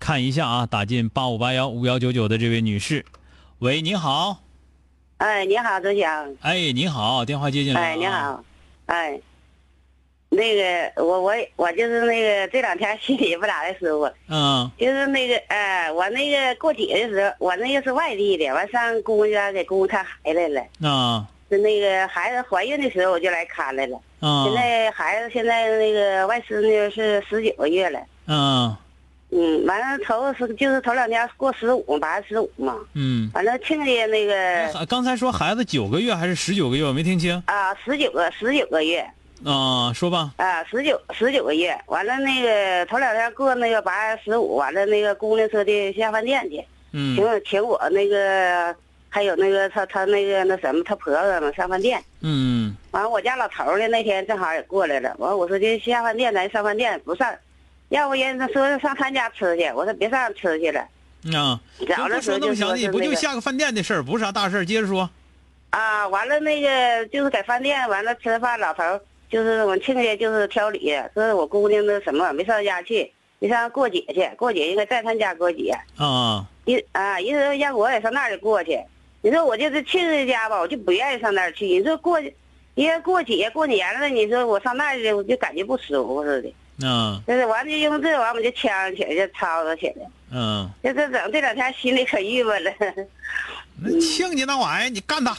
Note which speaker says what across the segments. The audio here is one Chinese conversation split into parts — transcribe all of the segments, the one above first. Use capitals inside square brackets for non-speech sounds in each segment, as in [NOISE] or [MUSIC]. Speaker 1: 看一下啊，打进八五八幺五幺九九的这位女士，喂，你好，
Speaker 2: 哎，你好，周强。
Speaker 1: 哎，你好，电话接进来、
Speaker 2: 哎，你，好，哎，那个我我我就是那个这两天心里不咋的舒服，
Speaker 1: 嗯
Speaker 2: 就是那个哎，我那个过节的时候，我那个是外地的，完上姑姑家给姑姑看孩子了。
Speaker 1: 那
Speaker 2: 是那个孩子怀孕的时候我就来看来了，现
Speaker 1: 嗯
Speaker 2: 在孩子现在那个外孙女是十九个月了，
Speaker 1: 嗯
Speaker 2: 嗯，完了头是就是头两天过十五，八十五嘛，
Speaker 1: 嗯，
Speaker 2: 完了亲家那个
Speaker 1: 还刚才说孩子九个月还是十九个月，我没听清
Speaker 2: 啊十九个十九个月，
Speaker 1: 啊、说吧，
Speaker 2: 啊，十九十九个月，完了那个头两天过那个八十五，完了那个姑娘说的下饭店去，
Speaker 1: 嗯
Speaker 2: 请我请我那个还有那个她她那个那什么她婆子嘛上饭店，
Speaker 1: 嗯
Speaker 2: 完了我家老头儿呢那天正好也过来了，完了我说这下饭店咱上饭店不上，要不人家说上他家吃去，我说别上吃去了，
Speaker 1: 啊，
Speaker 2: 找
Speaker 1: 不说
Speaker 2: 了
Speaker 1: 那
Speaker 2: 说就
Speaker 1: 么
Speaker 2: 说
Speaker 1: 详
Speaker 2: 是
Speaker 1: 细，
Speaker 2: 那
Speaker 1: 不就
Speaker 2: 个
Speaker 1: 下个饭店的事儿，不是啥大事儿，接着说。
Speaker 2: 啊，完了那个就是在饭店，完了吃饭，老头儿就是我亲家就是挑理，说我姑娘那什么没上家去，没上过节去，过节应该在他家过节。
Speaker 1: 啊，
Speaker 2: 一啊，意思让我也上那儿过去。你说我就是亲家家吧，我就不愿意上那儿去。你说过，因为过节过年了，你说我上那儿去，我就感觉不舒服似的。
Speaker 1: 嗯
Speaker 2: 就是完了，就因为这完我就呛起来，就吵吵起来。
Speaker 1: 嗯，
Speaker 2: 就这整这两天心里可郁闷了。 [LAUGHS] 嗯
Speaker 1: 那亲家那玩意儿，你干他，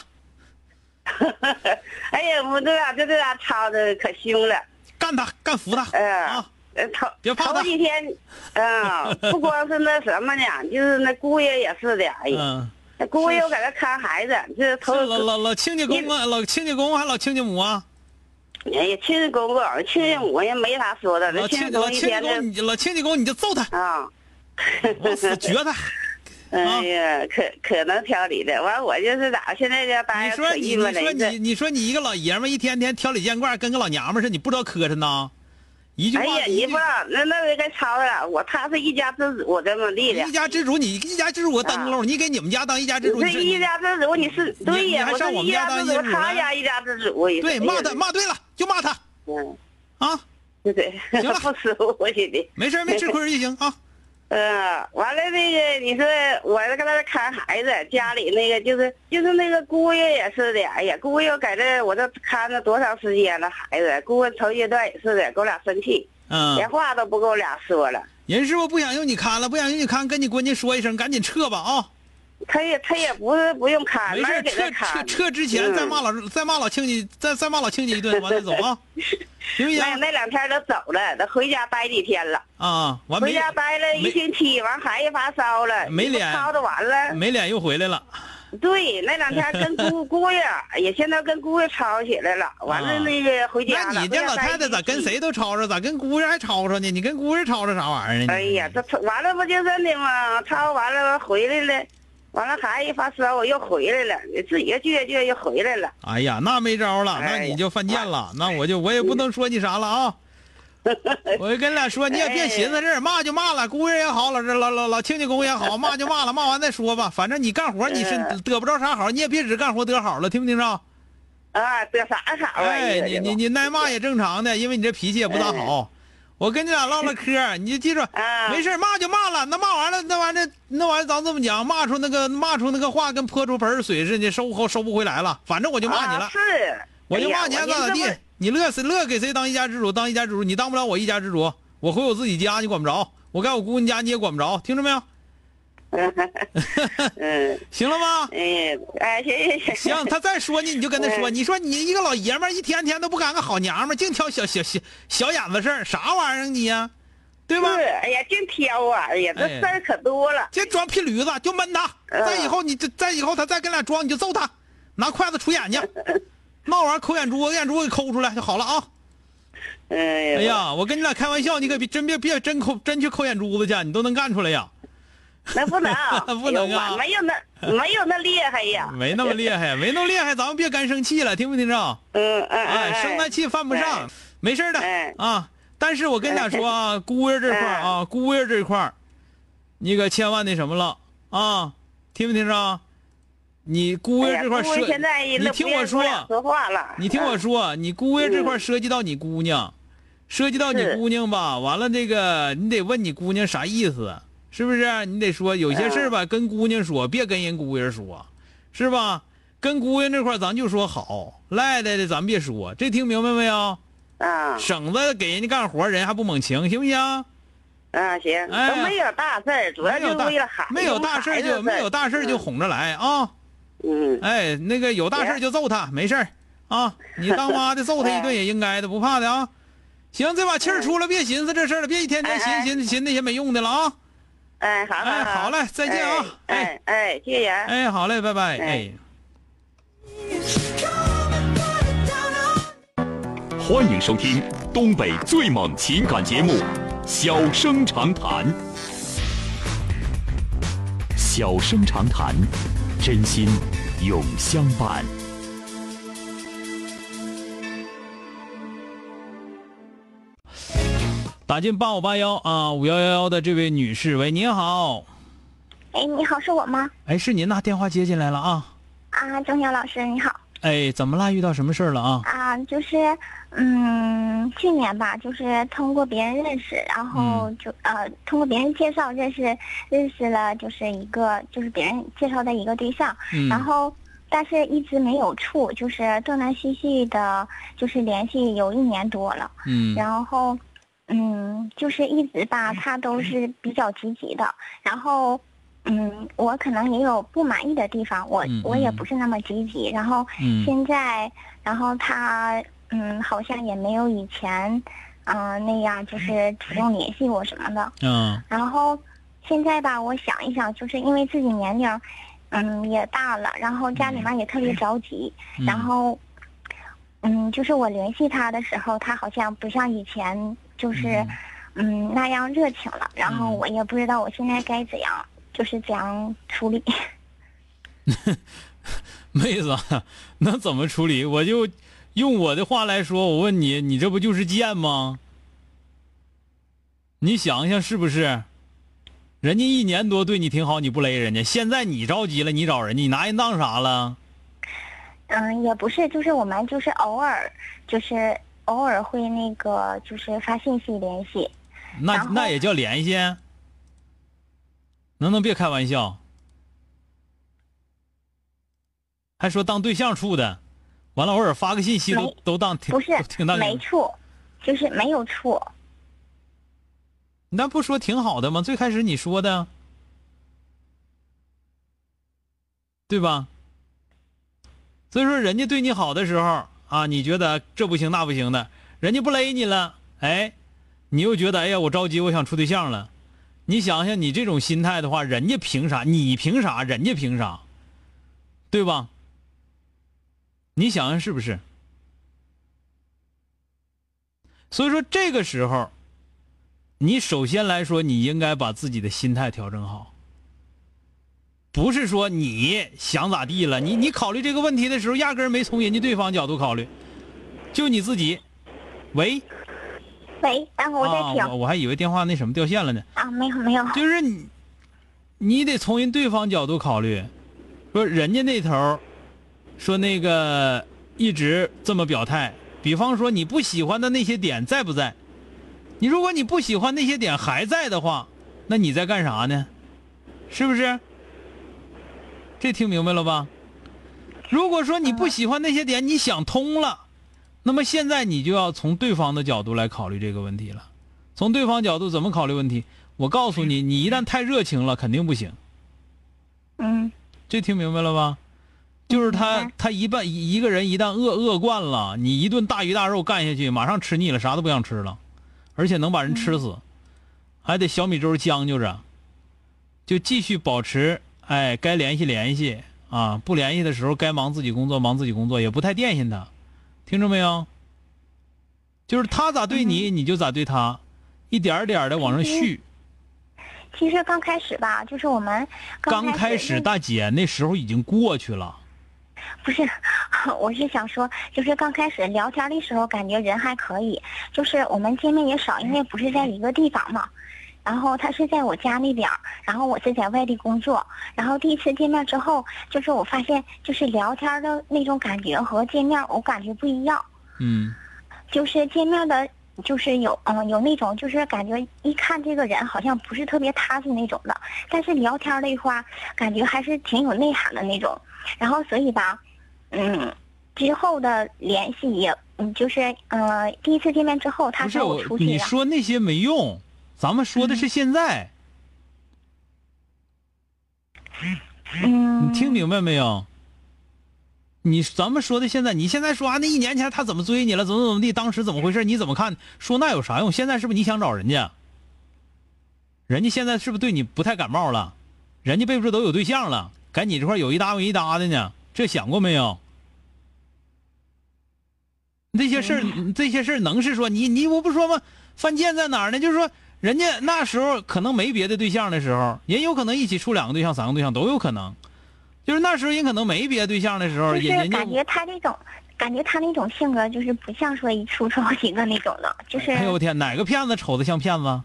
Speaker 2: 哎呀，我这俩就这俩吵的可凶了。
Speaker 1: 干他，干服他
Speaker 2: 哎
Speaker 1: 啊！
Speaker 2: 呃，头
Speaker 1: 别怕他
Speaker 2: 头几天，嗯，不光是那什么呢，就是那姑爷也是的，哎呀，
Speaker 1: 嗯，
Speaker 2: 那姑爷我搁那看孩子，这
Speaker 1: 是
Speaker 2: 头，
Speaker 1: 老老老亲家公啊，老亲家公还老亲家母啊，
Speaker 2: 哎呀，亲家公公，亲家母也没啥说的，那
Speaker 1: 老
Speaker 2: 亲
Speaker 1: 亲
Speaker 2: 家
Speaker 1: 老
Speaker 2: 公一
Speaker 1: 亲家
Speaker 2: 天
Speaker 1: 公，
Speaker 2: 的，
Speaker 1: 你老亲家公你就
Speaker 2: [LAUGHS]
Speaker 1: 揍他，
Speaker 2: 啊，
Speaker 1: 往死撅他。啊
Speaker 2: 哎呀，可可能挑理的，完我就是咋，现在这
Speaker 1: 你
Speaker 2: 班
Speaker 1: 说
Speaker 2: 哎可
Speaker 1: 你
Speaker 2: 郁
Speaker 1: 你
Speaker 2: 闷了，
Speaker 1: 说
Speaker 2: 一
Speaker 1: 你
Speaker 2: 阵，
Speaker 1: 你说你一个老爷们儿一天天挑理见惯，跟个老娘们儿似的，你不知道磕碜呐？一句
Speaker 2: 哎
Speaker 1: 话，
Speaker 2: 呀，
Speaker 1: 一
Speaker 2: 你
Speaker 1: 句
Speaker 2: 不知道，那那个该吵了，我他是一家之主，怎么地的
Speaker 1: 一，家之主，你一家之主个灯笼，你给你们家当一家之主，
Speaker 2: 你
Speaker 1: 你
Speaker 2: 是一
Speaker 1: 是
Speaker 2: 家之主，你是
Speaker 1: 你
Speaker 2: 对
Speaker 1: 你
Speaker 2: 呀
Speaker 1: 还，
Speaker 2: 我
Speaker 1: 上
Speaker 2: 是
Speaker 1: 我们
Speaker 2: 一
Speaker 1: 家
Speaker 2: 家
Speaker 1: 当
Speaker 2: 之
Speaker 1: 一家
Speaker 2: 主
Speaker 1: 之，主
Speaker 2: 他
Speaker 1: 来
Speaker 2: 家一家之主，
Speaker 1: 对
Speaker 2: 哎
Speaker 1: 骂
Speaker 2: 呀
Speaker 1: 他骂对了就骂他
Speaker 2: 嗯。
Speaker 1: 啊，
Speaker 2: 对 [LAUGHS] 对，
Speaker 1: 行了
Speaker 2: 不舒服似的。
Speaker 1: 没事儿没吃亏儿就行啊。
Speaker 2: 嗯，完了那个，你说我搁那看孩子，家里那个就是就是那个姑爷也是的，哎呀，姑爷在这我这看着多长时间了，孩子，姑爷头阶段也是的，给我俩生气，连
Speaker 1: 嗯，
Speaker 2: 话都不跟我俩说了。
Speaker 1: 人师傅不想用你看了，不想用你看，跟你闺女说一声，赶紧撤吧啊！
Speaker 2: 他也他也不是不用看，
Speaker 1: 没事
Speaker 2: 哪
Speaker 1: 儿，
Speaker 2: 儿给他
Speaker 1: 撤撤
Speaker 2: 看。嗯
Speaker 1: 撤之前再骂老再骂老亲家，再再骂老亲家一顿，完了走啊，行不行
Speaker 2: 那那两天都走了，都回家待几天了，
Speaker 1: 啊？完
Speaker 2: 回
Speaker 1: 没
Speaker 2: 家待了
Speaker 1: 没
Speaker 2: 一星期，完孩子发烧了，
Speaker 1: 没
Speaker 2: 你不
Speaker 1: 脸嗯
Speaker 2: 吵着完了。
Speaker 1: 没脸又回来了。
Speaker 2: 对，那两天跟姑姑爷也现在跟姑爷吵起来了，完
Speaker 1: 啊
Speaker 2: 了那个回家了。
Speaker 1: 那你这老太太咋跟谁？都吵吵，咋跟姑爷还吵吵呢？你跟姑爷吵吵啥玩意儿呢？
Speaker 2: 哎呀，这吵完了不就真的吗？吵完了回来了，完了孩子一发烧我又回来了，自己又倔倔又回来了。
Speaker 1: 哎呀，那没招了，那
Speaker 2: 哎呀
Speaker 1: 你就犯贱了，那我就我也不能说你啥了
Speaker 2: [LAUGHS]
Speaker 1: 啊。我就跟俩说，你也别寻思这儿，骂就骂了，姑爷也好，老老老老亲家公也
Speaker 2: [LAUGHS]
Speaker 1: 好，骂就骂了，骂完再说吧。反正你干活你是
Speaker 2: 哎
Speaker 1: 得不着啥好，你也别只干活得好了，听不听着？
Speaker 2: 啊，得啥好啊？
Speaker 1: 哎，
Speaker 2: 一个
Speaker 1: 你
Speaker 2: 就
Speaker 1: 你你挨骂也正常的，因为你这脾气也不咋好。我跟你俩唠唠嗑，你就记住，
Speaker 2: 啊，
Speaker 1: 没事儿骂就骂了，那骂完了，那玩意儿，那玩意儿，咱这么讲，骂出那个骂出那个话，跟泼出盆儿水似的，收后收不回来了。反正我就骂你了，
Speaker 2: 啊是，
Speaker 1: 我就
Speaker 2: 哎呀
Speaker 1: 骂你爱
Speaker 2: 我
Speaker 1: 咋咋
Speaker 2: 寻
Speaker 1: 地
Speaker 2: 思，
Speaker 1: 你乐死乐给谁当一家之主当一家之主，你当不了我一家之主，我回我自己家你管不着，我该我姑娘家你也管不着，听着没有？
Speaker 2: 不
Speaker 3: 嗯，
Speaker 1: 行了吗？
Speaker 3: 哎，哎，行行行，
Speaker 1: 行，他再说你，你就跟他说，你说你一个老爷们儿，一天天都不干个好娘们儿，净挑小小小小眼子事儿，啥玩意儿啊你呀、对吧？
Speaker 3: 是，哎呀，净挑啊，哎呀，这
Speaker 1: 哎
Speaker 3: 事儿可多了。
Speaker 1: 净装屁驴子，就闷他。
Speaker 3: 嗯
Speaker 1: 再以后你这，再以后他再跟俩装，你就揍他，拿筷子杵眼睛，闹玩意儿抠眼珠，眼珠给抠出来就好了啊！哎
Speaker 3: 哎，
Speaker 1: 呀，我跟你俩开玩笑，你可别真别别真抠，真去抠眼珠子去，你都能干出来呀，，
Speaker 3: 那不能
Speaker 1: [LAUGHS] 不能啊
Speaker 3: 哎呦我没有那没有那厉害呀。
Speaker 1: [LAUGHS] 没那么
Speaker 3: [LAUGHS]
Speaker 1: 厉害，没那么厉害，咱们别干生气了，听没听着？
Speaker 3: 嗯嗯
Speaker 1: 哎，生他
Speaker 3: 嗯，
Speaker 1: 气犯不上
Speaker 3: 哎，
Speaker 1: 没事儿的
Speaker 3: 哎
Speaker 1: 啊。但是我跟你俩说啊，姑爷这块儿啊，姑爷这块儿，你可千万那什么了啊，听没听着？你姑
Speaker 3: 哎
Speaker 1: 爷
Speaker 3: 呀
Speaker 1: 这块儿
Speaker 3: 姑爷
Speaker 1: 涉，
Speaker 3: 现在
Speaker 1: 你
Speaker 3: 都不
Speaker 1: 听
Speaker 3: 愿
Speaker 1: 我
Speaker 3: 意
Speaker 1: 说，
Speaker 3: 俩说话了。嗯
Speaker 1: 你听我说，你姑爷这块儿涉及到你姑娘，涉及到你
Speaker 3: 是
Speaker 1: 姑娘吧，完了这个你得问你姑娘啥意思，是不是？你得说有些事儿
Speaker 3: 哎
Speaker 1: 吧，跟姑娘说，别跟人姑爷说，是吧？跟姑爷那块儿咱就说好，赖赖的咱别说，这听明白没有？
Speaker 3: 嗯啊
Speaker 1: 省得给人家干活，人还不猛情，行不行？
Speaker 3: 啊，行，
Speaker 1: 哎
Speaker 3: 都没有大事儿，主要
Speaker 1: 没
Speaker 3: 就
Speaker 1: 有
Speaker 3: 是
Speaker 1: 大
Speaker 3: 为了孩子，
Speaker 1: 没有大事儿就没有大事儿就哄着来啊！
Speaker 3: 嗯
Speaker 1: 哎，那个有大事儿就揍他，没事儿啊！你当妈的揍他一顿也应该的，不怕的啊！行，这把气儿出了，别寻思这事儿了，别一天天
Speaker 3: 哎
Speaker 1: 寻
Speaker 3: 哎
Speaker 1: 寻寻那些没用的了啊！
Speaker 3: 哎，好
Speaker 1: 哎
Speaker 3: 好
Speaker 1: 好嘞再见啊
Speaker 3: 哎哎，谢谢啊。
Speaker 1: 哎，好嘞，拜拜，哎
Speaker 3: 哎。
Speaker 4: 欢迎收听东北最猛情感节目《小生长谈》。小生长谈，真心永相伴。
Speaker 1: 打进八五八幺啊五幺幺幺的这位女士，喂，您好，
Speaker 2: 哎，你好，是我吗？
Speaker 1: 哎，是您呐，电话接进来了啊，
Speaker 2: 啊，钟晓老师，你好
Speaker 1: 哎，怎么啦？遇到什么事儿了啊？
Speaker 2: 啊，就是嗯，去年吧，就是通过别人认识，然
Speaker 1: 嗯
Speaker 2: 后就、呃，通过别人介绍认识，认识了就是一个就是别人介绍的一个对象，
Speaker 1: 嗯，
Speaker 2: 然后但是一直没有处，就是断断续续的，就是联系有一年多了，
Speaker 1: 嗯，
Speaker 2: 然后，嗯，就是一直吧，他都是比较积极的。然后，嗯，我可能也有不满意的地方，我
Speaker 1: 嗯
Speaker 2: 我也
Speaker 1: 嗯
Speaker 2: 不是那么积极。然后
Speaker 1: 嗯
Speaker 2: 现在，然后他，嗯，好像也没有以前，嗯、那样就是主动联系我什么的。
Speaker 1: 嗯
Speaker 2: 然后现在吧，我想一想，就是因为自己年龄，嗯，也大了，然后家里面也特别着急，
Speaker 1: 嗯
Speaker 2: 然后，嗯，就是我联系他的时候，他好像不像以前就是，嗯那样热情了。然后
Speaker 1: 嗯
Speaker 2: 我也不知道我现在该怎样，就是怎样处理。
Speaker 1: [LAUGHS] 妹子，那怎么处理？我就用我的话来说，我问你，你这不就是贱吗？你想想是不是？人家一年多对你挺好，你不勒人家，现在你着急了，你找人家，你拿人当啥了？
Speaker 2: 嗯，也不是，就是我们就是偶尔，就是偶尔会那个就是发信息联系。
Speaker 1: 那
Speaker 2: 然后
Speaker 1: 那也叫联系？能不能别开玩笑？还说当对象处的，完了偶尔发个信息都
Speaker 2: 没
Speaker 1: 都当挺
Speaker 2: 不是
Speaker 1: 都挺当
Speaker 2: 没处，就是没有处。
Speaker 1: 那不说挺好的吗？最开始你说的，对吧？所以说，人家对你好的时候啊，你觉得这不行那不行的，人家不勒你了，哎，你又觉得哎呀，我着急，我想处对象了。你想想，你这种心态的话，人家凭啥？你凭啥？人家凭啥？对吧？你想想是不是？所以说，这个时候，你首先来说，你应该把自己的心态调整好，不是说你想咋地了，你你考虑这个问题的时候，压根儿没从人家对方角度考虑，就你自己。喂，
Speaker 2: 喂，然后我在听
Speaker 1: 啊，我我还以为电话那什么掉线了呢，
Speaker 2: 啊，没有没有， [LAUGHS]
Speaker 1: 就是你，你得从人对方角度考虑，说人家那头儿，说那个一直这么表态，比方说你不喜欢的那些点在不在？你如果你不喜欢那些点还在的话，那你在干啥呢？是不是？这听明白了吧？如果说你不喜欢那些点，你想通了，那么现在你就要从对方的角度来考虑这个问题
Speaker 2: 嗯
Speaker 1: 了。从对方角度怎么考虑问题？我告诉你，你一旦太热情了，肯定不行。
Speaker 2: 嗯
Speaker 1: 这听明白了吧？就是
Speaker 2: 明
Speaker 1: 他
Speaker 2: 白
Speaker 1: 他一半一一个人一旦饿饿惯了，你一顿大鱼大肉干下去，马上吃腻了，啥都不想吃了，而且能把人吃
Speaker 2: 嗯
Speaker 1: 死，还得小米粥将就着，就继续保持哎该联系联系啊，不联系的时候该忙自己工作忙自己工作，也不太惦记他，听着没有？就是他咋对
Speaker 2: 嗯
Speaker 1: 你，你就咋对他，一点儿点的往上续。
Speaker 2: 其实刚开始吧，就是我们
Speaker 1: 刚开
Speaker 2: 因
Speaker 1: 始，
Speaker 2: 为
Speaker 1: 大姐那时候已经过去了。
Speaker 2: 不是， [LAUGHS] 我是想说，就是刚开始聊天的时候，感觉人还可以，就是我们见面也少，因为不是在一个地方嘛。然后他是在我家那边儿，然后我是在外地工作。然后第一次见面之后，就是我发现，就是聊天的那种感觉和见面我感觉不一样。
Speaker 1: 嗯
Speaker 2: 就是见面的，就是有嗯有那种就是感觉一看这个人好像不是特别踏实那种的，但是聊天儿的话，感觉还是挺有内涵的那种。然后所以吧，嗯，之后的联系也嗯就是呃第一次见面之后，，他
Speaker 1: 不是
Speaker 2: 说
Speaker 1: 我
Speaker 2: 出，去
Speaker 1: 你
Speaker 2: 了，
Speaker 1: 说那些没用，咱们说的是现在，
Speaker 2: 嗯，
Speaker 1: 你听明白没有？你咱们说的现在，你现在说啊，那一年前他怎么追你了，怎么怎么地，当时怎么回事，你怎么看？说那有啥用？现在是不是你想找人家？人家现在是不是对你不太感冒了？人家背不是都有对象了，赶你这块有一搭没一搭的呢，这想过没有？这些
Speaker 2: 哎
Speaker 1: 事儿，这些事儿能是说你你我不说吗？犯贱在哪儿呢？就是说，人家那时候可能没别的对象的时候，也有可能一起处两个对象、三个对象都有可能。就是那时候人可能没别的对象的时候，
Speaker 2: 就
Speaker 1: 也
Speaker 2: 是
Speaker 1: 人家哎
Speaker 2: 感觉他这种。感觉他那种性格就是不像说 [LAUGHS] 一处处好几个那种的，就是
Speaker 1: 哎呦我天，哪个骗子瞅着像骗子？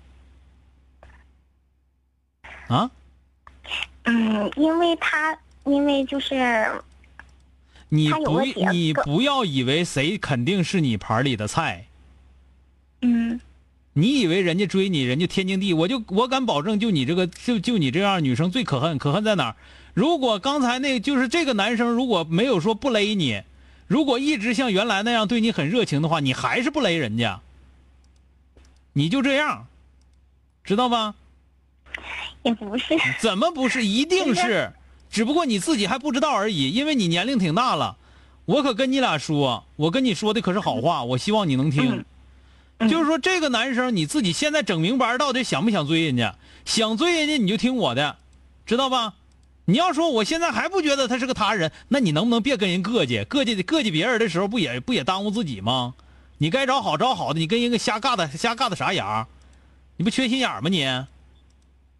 Speaker 1: 啊？
Speaker 2: 嗯，因为他因为就是
Speaker 1: 你
Speaker 2: 他有
Speaker 1: 不
Speaker 2: 问题啊
Speaker 1: 你
Speaker 2: 哥
Speaker 1: 不要以为谁肯定是你盘里的菜，
Speaker 2: 嗯
Speaker 1: 你以为人家追你，人家天经地义？我就我敢保证，就你这个就就你这样女生最可恨，可恨在哪儿？如果刚才那就是这个男生如果没有说不勒你，如果一直像原来那样对你很热情的话，你还是不勒人家，你就这样，知道吧？
Speaker 2: 也不是。
Speaker 1: [LAUGHS] 怎么不是？一定
Speaker 2: 应
Speaker 1: 是，只不过你自己还不知道而已，因为你年龄挺大了。我可跟你俩说，我跟你说的可是好话，我希望你能听。就是说，这个男生你自己现在整明白，到底想不想追人家？想追人家你就听我的，知道吧？你要说我现在还不觉得他是个他人，那你能不能别跟人膈气？膈气膈气别人的时候，不也不也耽误自己吗？你该找好找好的，你跟人家瞎尬的瞎尬的啥眼儿？你不缺心眼儿吗你？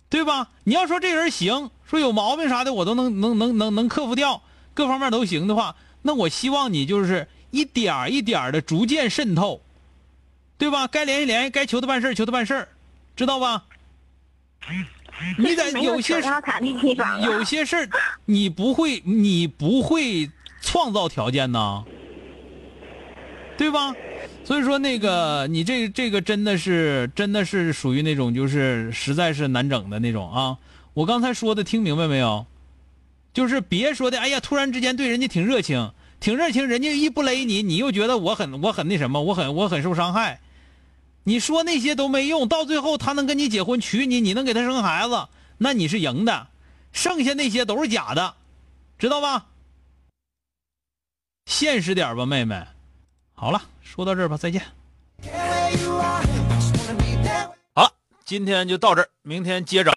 Speaker 1: 对吧？你要说这人行，说有毛病啥的，我都能能能能能克服掉，各方面都行的话，那我希望你就是一点儿一点的逐渐渗透，对吧？该联系联系，该求他办事儿求他办事儿，知道吧？你在
Speaker 2: [LAUGHS] 没
Speaker 1: 有些
Speaker 2: 扯
Speaker 1: 时
Speaker 2: 到他的地啊方了
Speaker 1: 有些事儿你不会，你不会创造条件呐，对吧？所以说，那个你这这个真的是真的是属于那种就是实在是难整的那种啊！我刚才说的听明白没有？就是别说的，哎呀，突然之间对人家挺热情，挺热情，人家一不勒你，你又觉得我很我很那什么，我很我很受伤害。你说那些都没用，到最后他能跟你结婚娶你，你能给他生孩子，那你是赢的，剩下那些都是假的，知道吧？现实点儿吧，妹妹。好了，说到这儿吧，再见。
Speaker 5: where you are. Just wanna be there.
Speaker 1: 好了，今天就到这儿，明天接着。